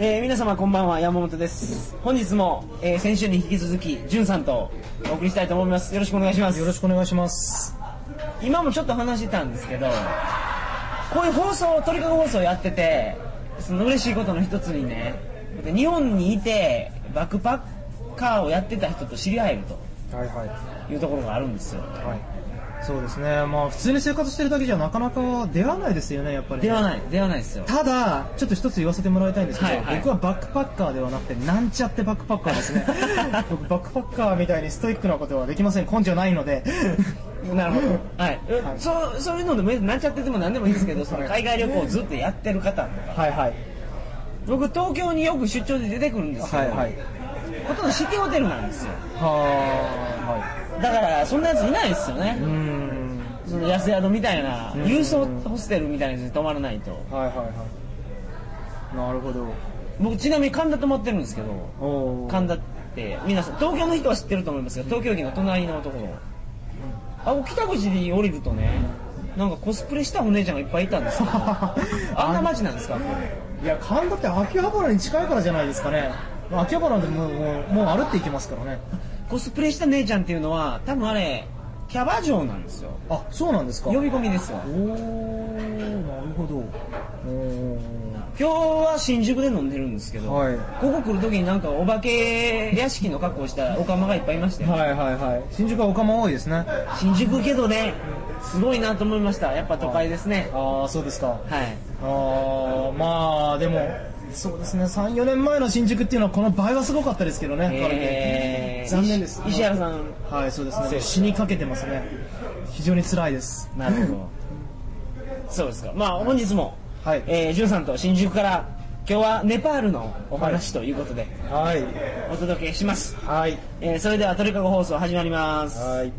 えー皆様こんばんは山本です本日も、えー先週に引き続きじゅんさんとお送りしたいと思いますよろしくお願いしますよろしくお願いします。今もちょっと話してたんですけどこういう放送鳥かご放送やっててその嬉しいことの一つにね日本にいてバックパッカーをやってた人と知り合えるはいはい。というところがあるんですよはい。そうですね。まあ、普通に生活してるだけじゃなかなか出会わないですよね、やっぱり、ではないではないですよただ、ちょっと一つ言わせてもらいたいんですけど、はいはい僕はバックパッカーではなくて、なんちゃってバックパッカーです ね。僕、バックパッカーみたいにストイックなことはできません。根性ないので。なるほど、はいえそうそういうのでもなんちゃってても何でもいいですけどその海外旅行をずっとやってる方とか はいはい。僕東京によく出張で出てくるんですけど、はいはい。ほとんどシティホテルなんですよはだからそんなやついないですよねーい。うー、ん。その安宿みたいなうん郵送ホステルみたいなやつに泊まらないとはいはいはい。なるほど。僕ちなみに神田泊まってるんですけどおー神田って皆さん東京の人は知ってると思いますが東京駅の隣のところあ北口に降りるとねなんかコスプレしたお姉ちゃんがいっぱいいたんですけどあんな街なんですかこれいや、神田って秋葉原に近いからじゃないですかね。秋葉原でもうもうもう歩っていきますからね。コスプレした姉ちゃんっていうのは多分あれキャバ嬢なんですよあ、そうなんですか。呼び込みですよおー、なるほど。お今日は新宿で飲んでるんですけど、はいここ来る時になんかお化け屋敷の格好をしたオカマがいっぱいいましたーよ、はいはいはい。新宿はオカマ多いですね。新宿けどねすごいなと思いましたやっぱ都会ですねあー、そうですか。はいあー、まあ、でも、そうですね、3、4年前の新宿っていうのはこの倍はすごかったですけどね。えー 残念です。石石原さんはい、そうですね。もう死にかけてますね。非常に辛いです。なるほどそうですかまあ本日も、はいえー、じゅんさんと新宿から今日はネパールのお話ということではい。お届けします、はい。えーそれではトリカゴ放送始まりますはい。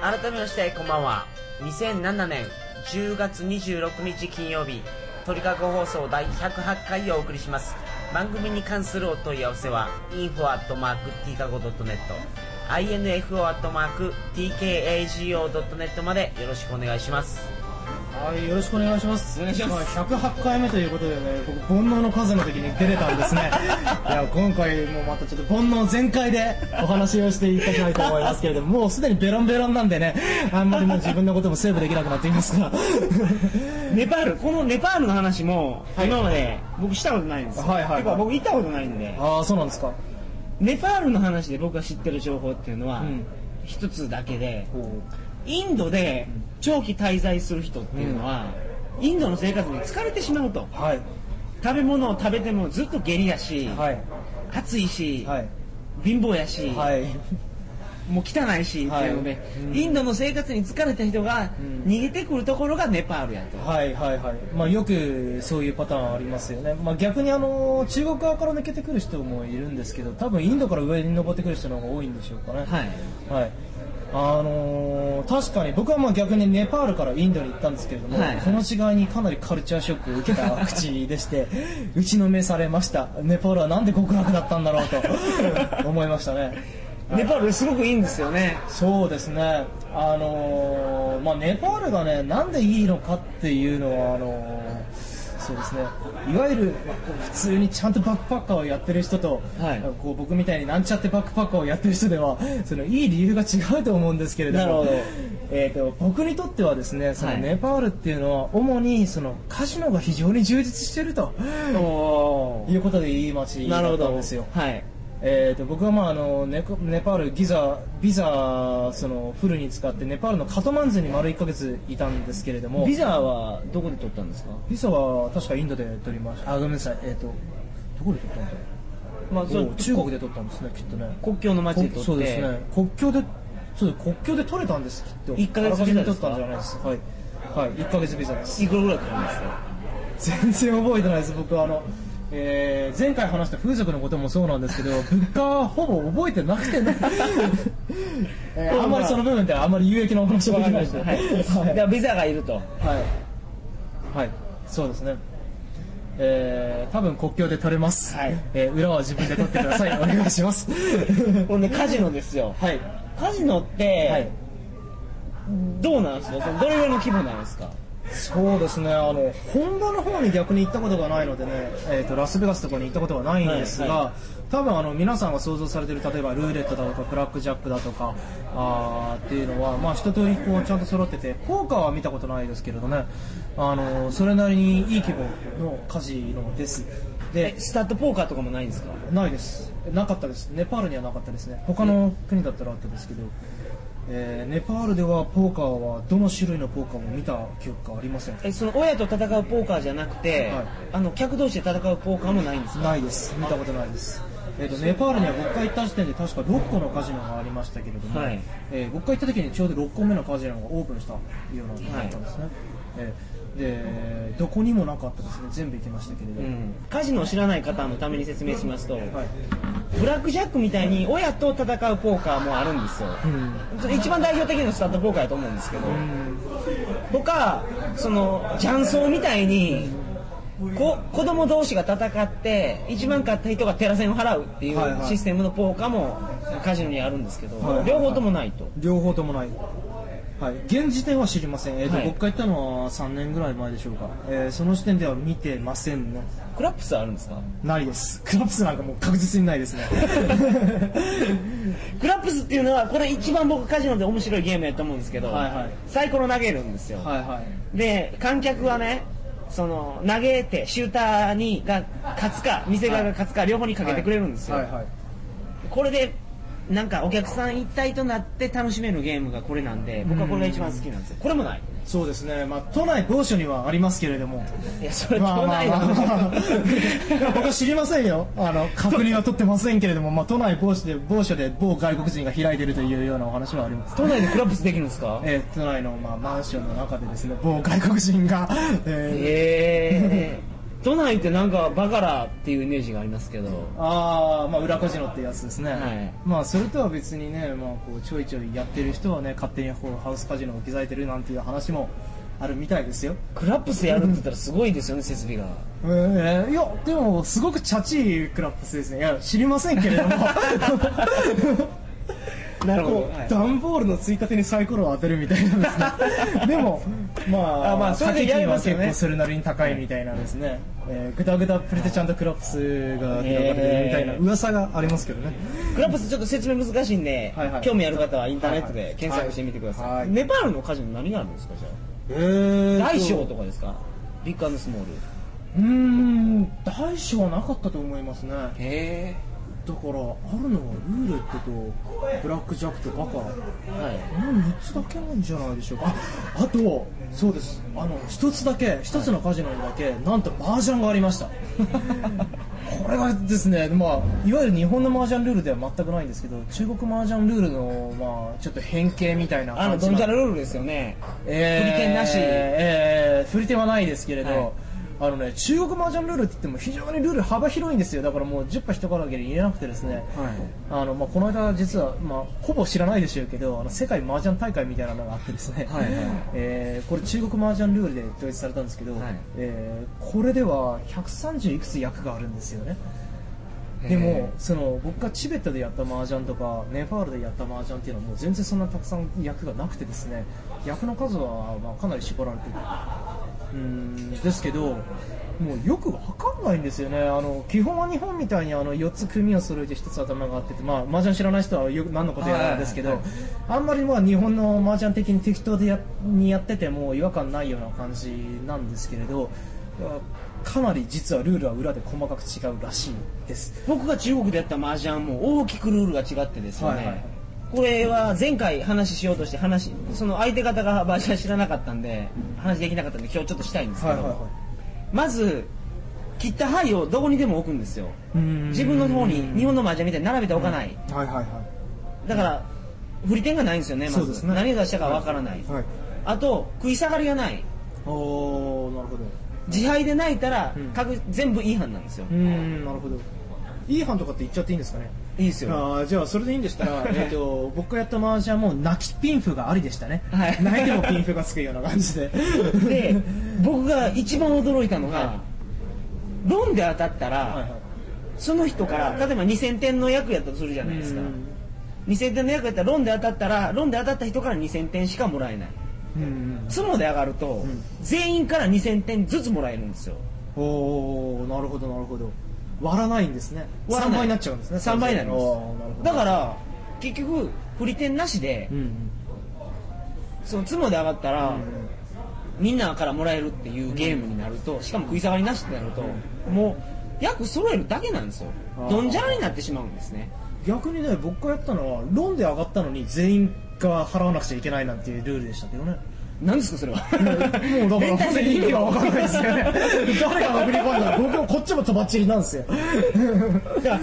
改めましてこんばんは2007年10月26日金曜日鳥かご放送第108回をお送りします番組に関するお問い合わせは info.tkago.net info.tkago.net までよろしくお願いしますはい、よろしくお願いします。お願いしますはい108回目ということでね、僕、煩悩の数の時に出れたんで すね。いや、今回もまたちょっと煩悩全開でお話をしていきたいと思いますけれど も、もうすでにベロンベロンなんでね、あんまりもう自分のこともセーブできなくなっています が。ネパールこのネパールの話もはい今まで僕したことないんですよ、はいはいはいてか僕行ったことないんでああ、そうなんですか。ネパールの話で僕が知ってる情報っていうのはうん一つだけで、インドで長期滞在する人っていうのは、インドの生活に疲れてしまうとはい。食べ物を食べてもずっと下痢やし、はい。暑いし、はい。貧乏やし、はい。もう汚いし、はっいていうので、うんインドの生活に疲れた人がうん逃げてくるところがネパールやと、はいはいはい、まあ、よくそういうパターンありますよね、まあ、逆にあの中国側から抜けてくる人もいるんですけど多分インドから上に登ってくる人の方が多いんでしょうかねはいはいあのー確かに僕はまあ逆にネパールからインドに行ったんですけれども、はいこの違いにかなりカルチャーショックを受けた口でして 打ちのめされましたネパールはなんで極楽だったんだろうと思いましたねネパールすごくいいんですよねそうですね、あのーまあ、ネパールがねなんでいいのかっていうのはあのーそうですね、いわゆる、まあこう普通にちゃんとバックパッカーをやってる人と、はいこう僕みたいになんちゃってバックパッカーをやってる人ではそのいい理由が違うと思うんですけれどもなるほどえー、と僕にとってはですねそはのいネパールっていうのは主にそのカジノが非常に充実しているとおいうことでいい街なるだほったどんですよ。はいえー、と僕は、まあ、あのネコネパールギザビザそのフルに使ってネパールのカトマンズに丸1ヶ月いたんですけれどもビザはどこで取ったんですかビザは確かインドで取りましたあごめんなさい、えー、とどこで取ったんだろまあうおう中国で取ったんですねきっとね国境の街で取ってそうですね国境でそうです国境で取れたんですきっと一ヶ月あらかじビザめです取っかたんじゃないですはい、はい、1ヶ月ビザですいくらぐらい取るんですか全然覚えてないです僕はあの、えー前回話した風俗のこともそうなんですけど物価はほぼ覚えてなくてね、えーあんまりその部分ではあんまり有益なお話はわでかきりなまいした。のではい。はでいビザがいると。はい、はい、そうですねえー、多分国境で取れます、はいえー裏は自分で取ってくださいお願いします ほんでカジノですよはい、カジノって、はい、どうなんですかそのどれぐらいの規模なんですかそうですねあの本場の方に逆に行ったことがないのでね、えー、とラスベガスとかに行ったことがないんですが、はいは多分あの皆さんが想像されている例えばルーレットだとかブラックジャックだとかあーっていうのは、まあ、一通りこうちゃんと揃ってて効果は見たことないですけれどねあのそれなりにいい規模のカジノですでえスタッドポーカーとかもないんですかないですなかったですネパールにはなかったですね他の国だったらあったですけど、えーネパールではポーカーはどの種類のポーカーも見た記憶がありませんえその親と戦うポーカーじゃなくて、はいあの客同士で戦うポーカーもないんですかないです見たことないですえー、とネパールには僕が行った時点で確か6個のカジノがありましたけれども、はいえー僕が行った時にちょうど6個目のカジノがオープンしたようなことだったんですね、えーでどこにもなかったですね全部行きましたけれどうも、ん、カジノを知らない方のために説明しますと、はいブラックジャックみたいに親と戦うポーカーもあるんですよ、うんそれ一番代表的なのスタッドポーカーだと思うんですけど、他その雀荘みたいにこ子供同士が戦って一番勝った人がテラセンを払うっていはいはういシステムのポーカーもカジノにあるんですけど、はいはい両方ともないと両方ともない、はい、現時点は知りません、えーとはい僕が行ったのは3年ぐらい前でしょうか、えーその時点では見てませんねクラップスあるんですか ないですクラプスなんかもう確実にないですねクラップスっていうのはこれ一番僕カジノで面白いゲームやと思うんですけど、はいはいサイコロ投げるんですよ、はいはいで観客はねその投げてシューターにが勝つか店側が勝つか両方にかけてくれるんですよ、はいはいこれでなんかお客さん一体となって楽しめるゲームがこれなんで僕はこれが一番好きなんですよこれもないそうですね、まあ、都内某所にはありますけれ どもいやそれ都内のまあ いや僕は知りませんよあの確認は取ってませんけれども、まあ、都内某所で某所で某外国人が開いてるというようなお話はありま す都内でクラップスできるんですかえー都内の、まあ、マンションの中でですね某外国人が、えーえー、都内ってなんかバカラっていうイメージがありますけどああまあ裏カジノってやつですね、はいまあそれとは別にね、まあ、こうちょいちょいやってる人はね勝手にこうハウスカジノを置き去えてるなんていう話もあるみたいですよ、クラップスやるって言ったらすごいですよね設備がえー、いやでもすごくチャチいクラップスですねいや知りませんけれども なこう段ボールの追加手にサイコロを当てるみたいなんです ねでもまああまあそれでやりますよね掛け金は結構それなりに高いみたいなんですね、えー、グダグダっぷりでちゃんとクラップスが広がってるみたいなえー噂がありますけどね、クラップスちょっと説明難しいんで、はいはい興味ある方はインターネットで検索してみてください、はいはいネパールのカジノ何があるんですかじゃあ、えーと大小とかですかビッグスモールうーん大小はなかったと思いますねだからあへるのはルーレットとブラックジャックとバカえはいこの3つだけなんじゃないでしょうかああとそうですあの1つだけ1つのカジノにだけなんと麻雀がありましたこれがですね、まあ、いわゆる日本の麻雀ルールでは全くないんですけど中国麻雀ルールの、まあ、ちょっと変形みたいなあの感じドなンジャラルールですよね、えー振り手なしえー振り手はないですけれど、はいあのね、中国麻雀ルールって言っても非常にルール幅広いんですよだからもう10杯一からげで言えなくてですね、あのまあ、この間実は、まあ、ほぼ知らないでしょうけどあの世界麻雀大会みたいなのがあってですね、はいはい えーこれ中国麻雀ルールで統一されたんですけど、はいえーこれでは130いくつ役があるんですよねでもその僕がチベットでやった麻雀とかネパールでやった麻雀っていうのはもう全然そんなたくさん役がなくてですね役の数はまあかなり絞られてるうーんですけどもうよくわかんないんですよねあの基本は日本みたいにあの4つ組を揃えて1つ頭があってて、まあ、麻雀知らない人はよく何のことやらんですけど、はいはいあんまりまあ日本の麻雀的に適当でやにやってても違和感ないような感じなんですけれどかなり実はルールは裏で細かく違うらしいです僕が中国でやった麻雀も大きくルールが違ってですよね、はいはいはいこれは前回話しようとして話その相手方が麻雀知らなかったんで話できなかったんで今日ちょっとしたいんですけど、まず切った牌をどこにでも置くんですようん自分の方に日本の麻雀みたいに並べておかないいはいはいはいだから振り点がないんですよねまそうでずすね何を出したかわからないはいあと食い下がりがないおーなるほど自敗で泣いたらうん各全部違反なんですようーんなるほどいい班とかって言っちゃっていいんですかねいいですよあーじゃあそれでいいんでしたら、えっと僕がやった麻雀も泣きピンフがありでしたね、はい泣いてもピン フがつくような感じでで僕が一番驚いたのがドンで当たったら、はいはいその人から例えば2000点の役やったとするじゃないですかうん2000点の役やったらロンで当たったらロンで当たった人から2000点しかもらえないうんツモで上がると、ん全員から2000点ずつもらえるんですようんおおなるほどなるほど割らないんですね割ら3ない倍になっちゃうんですね3倍になりますおーなるほどだから結局振り点なしで、うんうんそのツモで上がったら、うんみんなからもらえるっていうゲームになると、しかも食い下がりなしってなると、もう役揃えるだけなんですよあーどんじゃらになってしまうんですね逆にね僕がやったのはロンで上がったのに全員が払わなくちゃいけないなんていうルールでしたけどね何ですか それはもうだ連から帯責意任味が分からないです よね誰が送り込んだら僕もこっちもとばっちりなんですよだから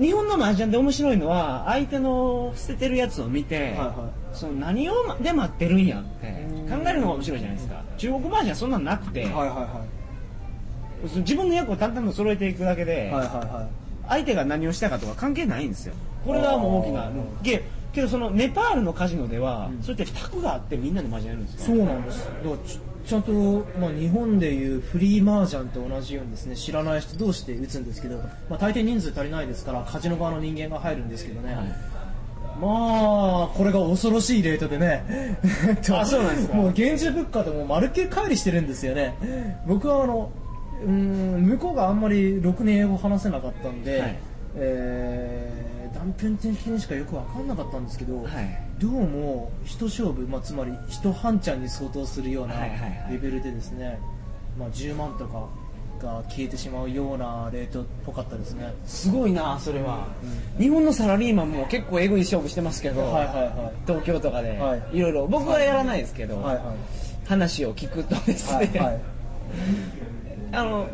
日本の麻雀で面白いのは相手の捨ててるやつを見て、いはその何をまで待ってるんやって考うんえるのが面白いじゃないですか中国麻雀そんなんなくて、いはその自分の役を淡々と揃えていくだけで、はいは相手が何をしたかとか関係ないんですよこれがもう大きなあーもうけけどそのネパールのカジノでは、うんそうやって卓があってみんなで麻雀やるんですそようなんですだからちちゃんと、まあ、日本でいうフリーマージャンと同じようにですね知らない人同士で打つんですけど、まあ、大抵人数足りないですからカジノ側の人間が入るんですけどね、はいまあこれが恐ろしいレートでね えっとあそうなんですかもう現地物価でもう丸っきり乖離してるんですよね僕はあのうーん向こうがあんまりろくに英語話せなかったんで、はいえー断片的にしかよく分かんなかったんですけど、はいどうも一勝負、まあ、つまり一半ちゃんに相当するようなはいはいはいレベルでですね、まあ、10万とかが消えてしまうようなレートっぽかったですねすごいなそれは、日本のサラリーマンも結構えぐい勝負してますけど、はいはいはい東京とかで、、はいろいろ僕はやらないですけど、はいは話を聞くとですね、いはいはい あの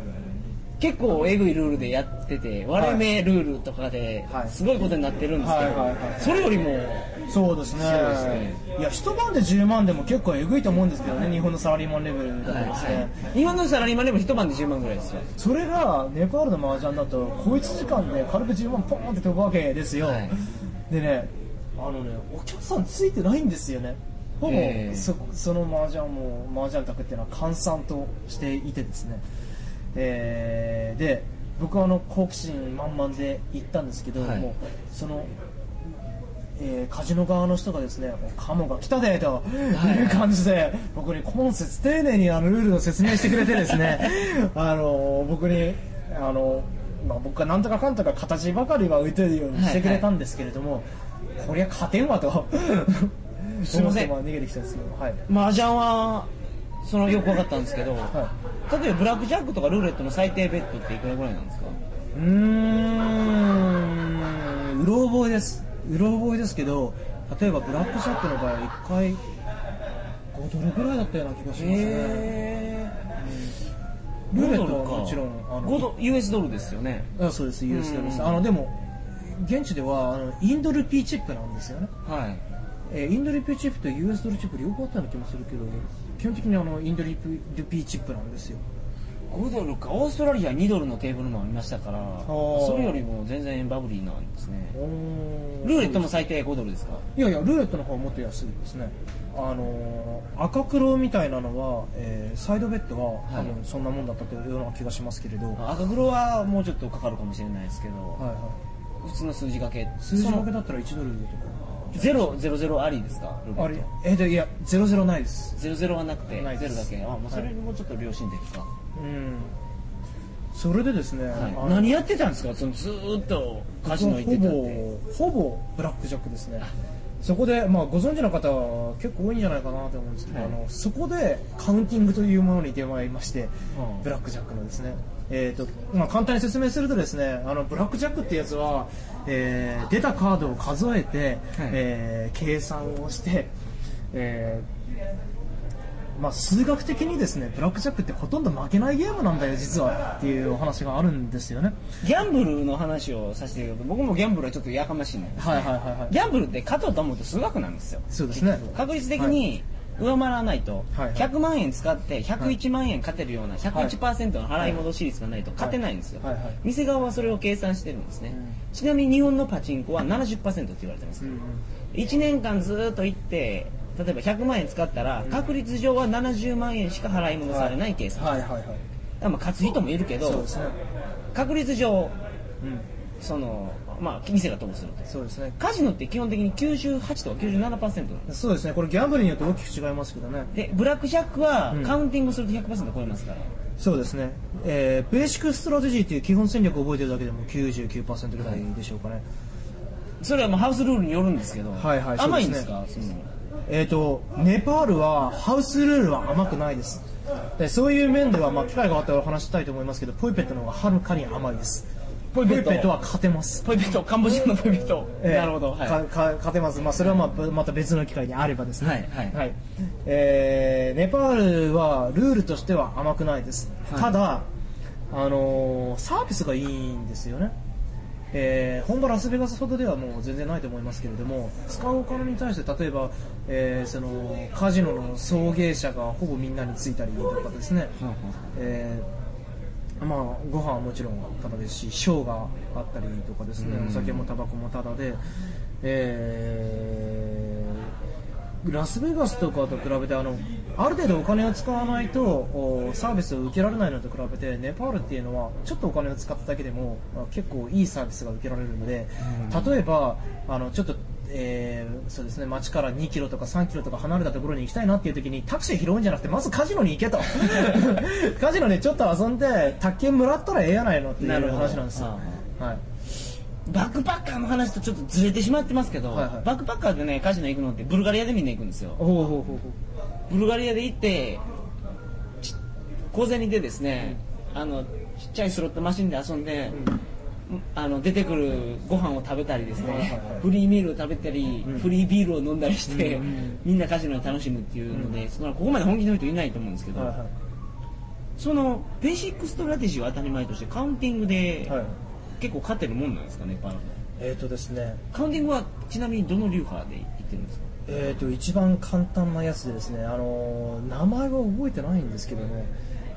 結構えぐいルールでやってて割れ目ルールとかではいすごいことになってるんですけど、はいはいはいそれよりもそうですねそうですねいや一晩で10万でも結構えぐいと思うんですけどね日本のサラリーマンレベルだとですね、日本のサラリーマンでも一晩で10万ぐらいですよそれがネパールの麻雀だと小1時間で軽く10万ポーンって飛ぶわけですよ、はいでねあのねお客さんついてないんですよねほぼ、ええそその麻雀も麻雀卓っていうのは閑散としていてですね、えーで僕はあの好奇心満々で行ったんですけど、はいもうそのえーカジノ側の人がですね、もうカモが来たでといいう感じで、僕に今節丁寧にあのルールの説明してくれてです ね、あの僕に、あのまあ、僕がなんとかかんとか形ばかりは打てるようにしてくれたんですけれども、こりゃ勝てんわ と、すいません思って逃げてきたんですけど、はい。麻雀はそのよく分かったんですけど、例えばブラックジャックとかルーレットの最低ベッドっていくらぐらいなんですかうーん、うろ覚えです。うろ覚えですけど、例えばブラックシャックの場合は1回、5ドルぐらいだったような気がしますね。ルーレットはもちろんあの5ド US ドルですよねあそうです、US ドルです。うんあのでも現地ではあのインドル P チップなんですよね。はいえーインドル P チップと US ドルチップ両方あったような気もするけど、基本的にあのインドル P チップなんですよ。 5ドルかオーストラリア2ドルのテーブルもありましたからーそれよりも全然バブリーなんですねルルーレットも最低5ドルですかいやいや、ルーレットの方はもっと安いですね。あのー赤黒みたいなのは、えーサイドベッドは多は分そんなもんだったというような気がしますけれど、はい赤黒はもうちょっとかかるかもしれないですけど、は普通の数字掛けい、数字そ分けのだったら1ドルとゼロゼロゼロありですかルーレか。ッあれトえーでいや、00ないです。ゼロゼロはなくてないゼでロすだけあ、まはあ、いそれもちょっと良心的か、うん。それでですね、あの何やってたんですかそのずーっとカジノ行ってたってほぼほぼブラックジャックですねそこで、まあ、ご存知の方は結構多いんじゃないかなと思うんですけど、はいあのそこでカウンティングというものに出会いまして、うんブラックジャックのですね、えーとまあ、簡単に説明するとですねあのブラックジャックってやつは、えー出たカードを数えて、えー計算をして、えーまあ、数学的にですねブラックジャックってほとんど負けないゲームなんだよ実はっていうお話があるんですよねギャンブルの話をさせていただくと僕もギャンブルはちょっとやかましいんですはいはいはいはいギャンブルって勝とうと思うと数学なんですよそうですね結局確率的に上回らないと、はいはい100万円使って101万円勝てるような101%の払い戻し率がないと勝てないんですよ、はいはいはい店側はそれを計算してるんですね、うちなみに日本のパチンコは70%って言われてます、うんうん1年間ずーっと行って例えば100万円使ったら確率上は70万円しか払い戻されない計算、はいはいはいまあ勝つ人もいるけそうどですね確率上うんそのまあ店が得するとそうですねカジノって基本的に98とか97%なんですそうですねこれギャンブルによって大きく違いますけどねでブラックジャックはうんカウンティングすると100%超えますから、そうですね、えーベーシックストラテジーっていう基本戦略を覚えてるだけでも99%ぐらいでしょうかね、それはもうハウスルールによるんですけど、はいはい甘いそんうでですすねかそのえー、とネパールはハウスルールは甘くないですでそういう面では、まあ、機会があったらお話ししたいと思いますけどポイペットの方がはるかに甘いですポポイイペペッットトは勝てます、ポイペットカンボジアのポイペット、えーなるほど、はい、かか勝てます、まあ、それは、まあ、ぶまた別の機会にあればですねはいはいえーネパールはルールとしては甘くないです、はいただ、あのーサービスがいいんですよねえー本場ラスベガスほどではもう全然ないと思いますけれども使うお金に対して例えば、えーそのカジノの送迎者がほぼみんなについたりとかですね、はあはあえーまあ、ご飯はもちろんタダですしショーがあったりとかですね、うんお酒もタバコもタダで、えーラスベガスとかと比べてあのある程度お金を使わないとおサービスを受けられないのと比べてネパールっていうのはちょっとお金を使っただけでもあ結構いいサービスが受けられるので、例えばあのちょっと、えーそうですね街から2キロとか3キロとか離れたところに行きたいなっていう時にタクシー拾うんじゃなくてまずカジノに行けと カジノでちょっと遊んで宅建もらったらええやないのっていうなるほど話なんですよ。ははいバックパッカーの話とちょっとずれてしまってますけど、はいはいバックパッカーでねカジノ行くのってブルガリアでみんな行くんですよほうほうほうほうブルガリアで行ってち小銭でですね、あのちっちゃいスロットマシンで遊んで、あの出てくるご飯を食べたりですね、はいはいはいフリーメールを食べたり、うんフリービールを飲んだりして、うんうんみんなカジノで楽しむっていうので、そのここまで本気の人いないと思うんですけど、はいはそのベーシックストラテジーは当たり前としてカウンティングで、いはい結構勝てるもんなんですかねパラのえっ、とですねカウンティングはちなみにどの流派でいってるんですかえー、と一番簡単なやつでですね、あのー名前は覚えてないんですけどね、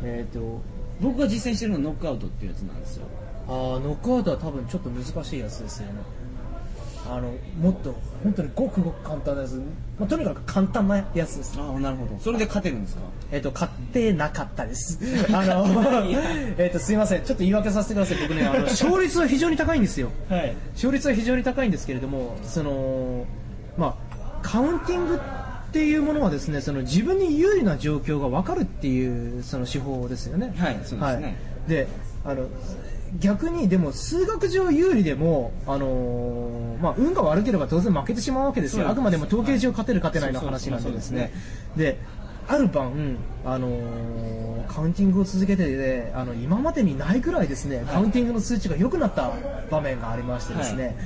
えー、と僕が実践してるのはノックアウトっていうやつなんですよあーノックアウトは多分ちょっと難しいやつですよねあのもっと本当にごくごく簡単なやつ、まあ、とにかく簡単なやつです、ああなるほどそれで勝てるんですかえー、と買ってなかったですあのいやえーとすいませんちょっと言い訳させてください僕ねあの勝率は非常に高いんですよはい勝率は非常に高いんですけれどもその、まあ、カウンティングっていうものはですねその自分に有利な状況が分かるっていうその手法ですよね。はいそうですねいであの逆にでも数学上有利でも、あのーまあ、運が悪ければ当然負けてしまうわけですそうよですあくまでも統計上勝てる勝てないの話なんでですはいねである晩、あのーカウンティングを続けててあの今までにないくらいですね、カウンティングの数値が良くなった場面がありましてですね、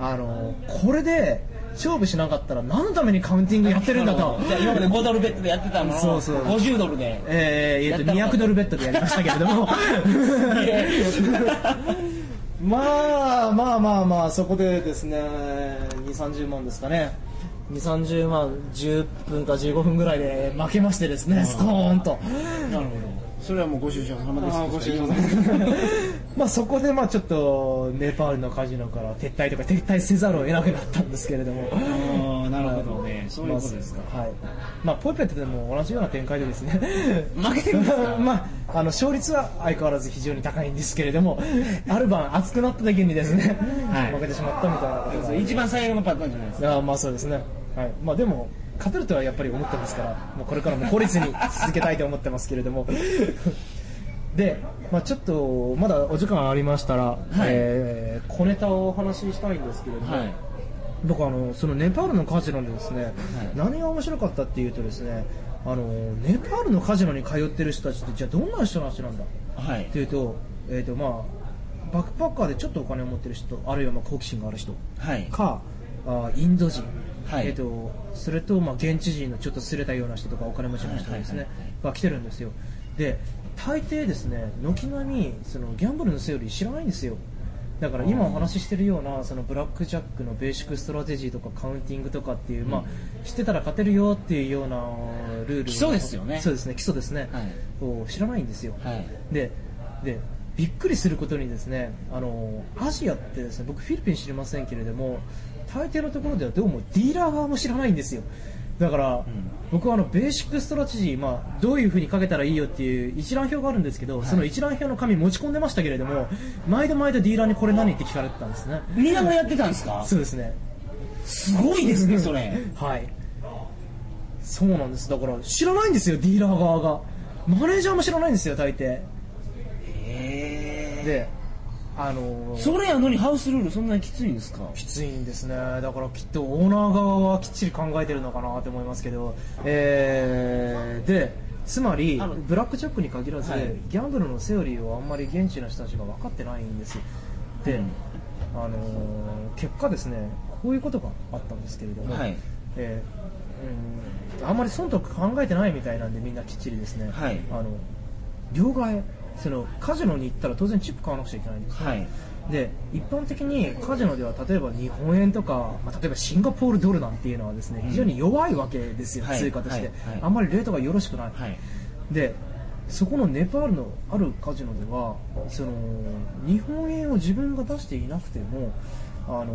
あのーこれで勝負しなかったら何のためにカウンティングやってるん だとじゃあ今まで5ドルベッドでやってたのをそうそう50ドルでえーえーとやったのか200ドルベッドでやりましたけれども まあまあまあまあそこでですね2 3 0万ですかね2 3 0万10分か15分ぐらいで負けましてですねスコーンと なるほどそれはもうご愁傷様ですあーご愁傷様まあそこでまあちょっとネパールのカジノから撤退とか撤退せざるを得なくなったんですけれどもああなるほどね そういうことですかまあはいまあポイペットでも同じような展開でですね負けてるんですかまあ、あの勝率は相変わらず非常に高いんですけれども、ある晩、暑くなった時にですね、はい負けてしまったみたいなことが一番最悪のパターンじゃないですかあーまあそうですね、はいまあ、でも、勝てるとはやっぱり思ってますから、もうこれからも孤立に続けたいと思ってますけれども。で、まあ、ちょっとまだお時間ありましたら、えー小ネタをお話ししたいんですけれども、はい僕あのそのネパールのカジノでですね、何が面白かったっていうとですねあのネパールのカジノに通ってる人たちってじゃあどんな人たちなんだっはいていうと,、えーとまあ、バックパッカーでちょっとお金を持ってる人あるいはまあ好奇心がある人はいかあインド人、はいえー、とそれとまあ現地人のちょっとすれたような人とかお金持ちの人ですね、はいはいはいが来てるんですよで大抵ですね軒並みそのギャンブルのセオリー知らないんですよだから今お話ししてるようなそのブラックジャックのベーシックストラテジーとかカウンティングとかっていう、まあ知ってたら勝てるよっていうようなルール基礎ですよねそうですね基礎ですね、はいを知らないんですよ、はいででびっくりすることにですねあのアジアってですね僕フィリピン知りませんけれども大抵のところではどうもディーラー側も知らないんですよだから、僕はあのベーシックストラテジー、まあ、どういうふうにかけたらいいよっていう一覧表があるんですけど、その一覧表の紙持ち込んでましたけれども毎度毎度ディーラーにこれ何って聞かれてたんですねみんなもやってたんですかそうですねすごいですねそれはいそうなんですだから知らないんですよディーラー側がマネージャーも知らないんですよ大抵へえであのーそれやのにハウスルールそんなにきついんですかきついんですねだからきっとオーナー側はきっちり考えてるのかなと思いますけど、えーでつまりあのブラックジャックに限らず、はいギャンブルのセオリーをあんまり現地の人たちが分かってないんですよで、うんあのー結果ですねこういうことがあったんですけれども、はいえーうんあんまり損得考えてないみたいなんでみんなきっちりですね、はいあの両替そのカジノに行ったら当然チップ買わなくちゃいけないんですよはいで一般的にカジノでは例えば日本円とか、まあ、例えばシンガポールドルなんていうのはですね非常に弱いわけですよ、はい通貨として、はいはいあんまりレートがよろしくない、はいでそこのネパールのあるカジノではその日本円を自分が出していなくてもあの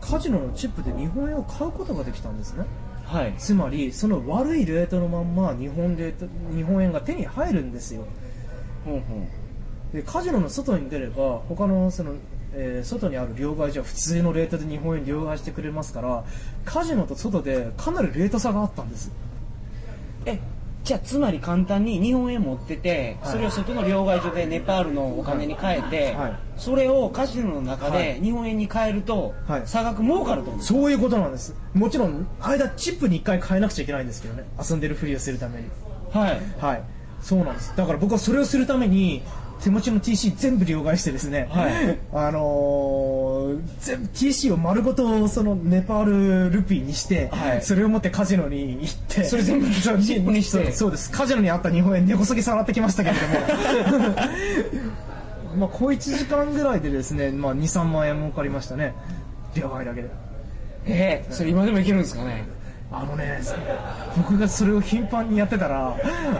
カジノのチップで日本円を買うことができたんですねはいつまりその悪いレートのまんま日本レート日本円が手に入るんですよほうほうでカジノの外に出れば他のその、えー外にある両替所は普通のレートで日本円両替してくれますからカジノと外でかなりレート差があったんですえじゃあつまり簡単に日本円持ってて、はいそれを外の両替所でネパールのお金に変えて、はいそれをカジノの中はでい日本円に変えると、はい差額儲かるってことですそういうことなんですもちろん間チップに1回変えなくちゃいけないんですけどね遊んでるふりをするためにはいはいそうなんですだから僕はそれをするために手持ちの TC 全部両替してですね、はいあのー全部 TC を丸ごとそのネパールルピーにして、はいそれを持ってカジノに行ってそれ全部そうチップにしてそうそうですカジノにあった日本円根こそぎさらってきましたけれど もまあ小1時間ぐらいでですね、まあ、23万円儲かりましたね両替だけでえーそれ今でもいけるんですかねあのね、僕がそれを頻繁にやってたら、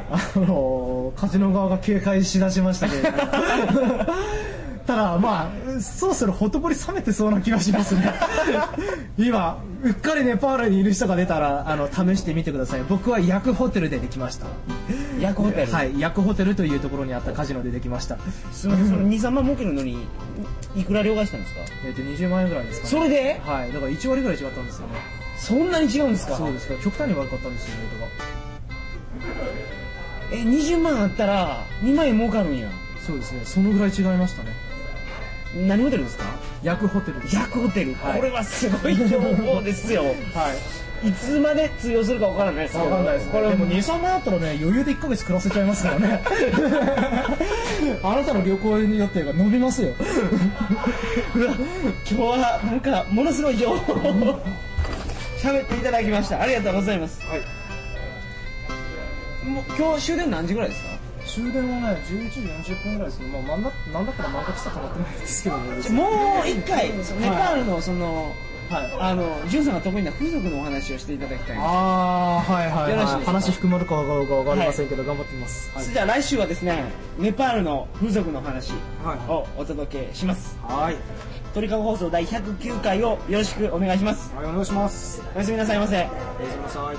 あのカジノ側が警戒しだしましたけれども、 ただ、まあ、そろそろほとぼり冷めてそうな気がしますね、今、うっかりネパールにいる人が出たらあの、試してみてください、僕はヤクホテルでできました、ヤクホテル、はい、ヤクホテルというところにあったカジノでできました、すみませんその23万儲けるのにいくら両替したんですかえっと20万円ぐらいですか、それではい、だから1割ぐらい違ったんですよね、そんなに違うんですかそうですから、極端に悪かったんですよ、レーえトが。20万あったら2万円儲かるんやそうですね、そのぐらい違いましたね。何ホテルですかヤクホテルですヤクホテル、はいこれはすごい情報ですよはいいつまで通用するかわからないですけどわかんないですこれもう23万あったらね余裕で1ヶ月暮らせちゃいますからね あなたの旅行予定が伸びますようわ今日はなんかものすごい情報を喋っていただきましたありがとうございます、はいもう今日終電何時ぐらいですか終電はね11時40分ぐらいですけど、まあ、なんだなんだったら漫画喫茶かまってないですけどね別にもう一回ネパールのその、はいあのジュンさんが得意な風俗のお話をしていただきたいんでああはいはいよろしいはでいすか話含まるか分か分かりませんけど、頑張ってみますすじゃあ来週はですねネパールの風俗のお話はをお届けしますはい、はい、鳥かご放送第109回をよろしくお願いしますお願いしますおやすみなさいませおやすみなさい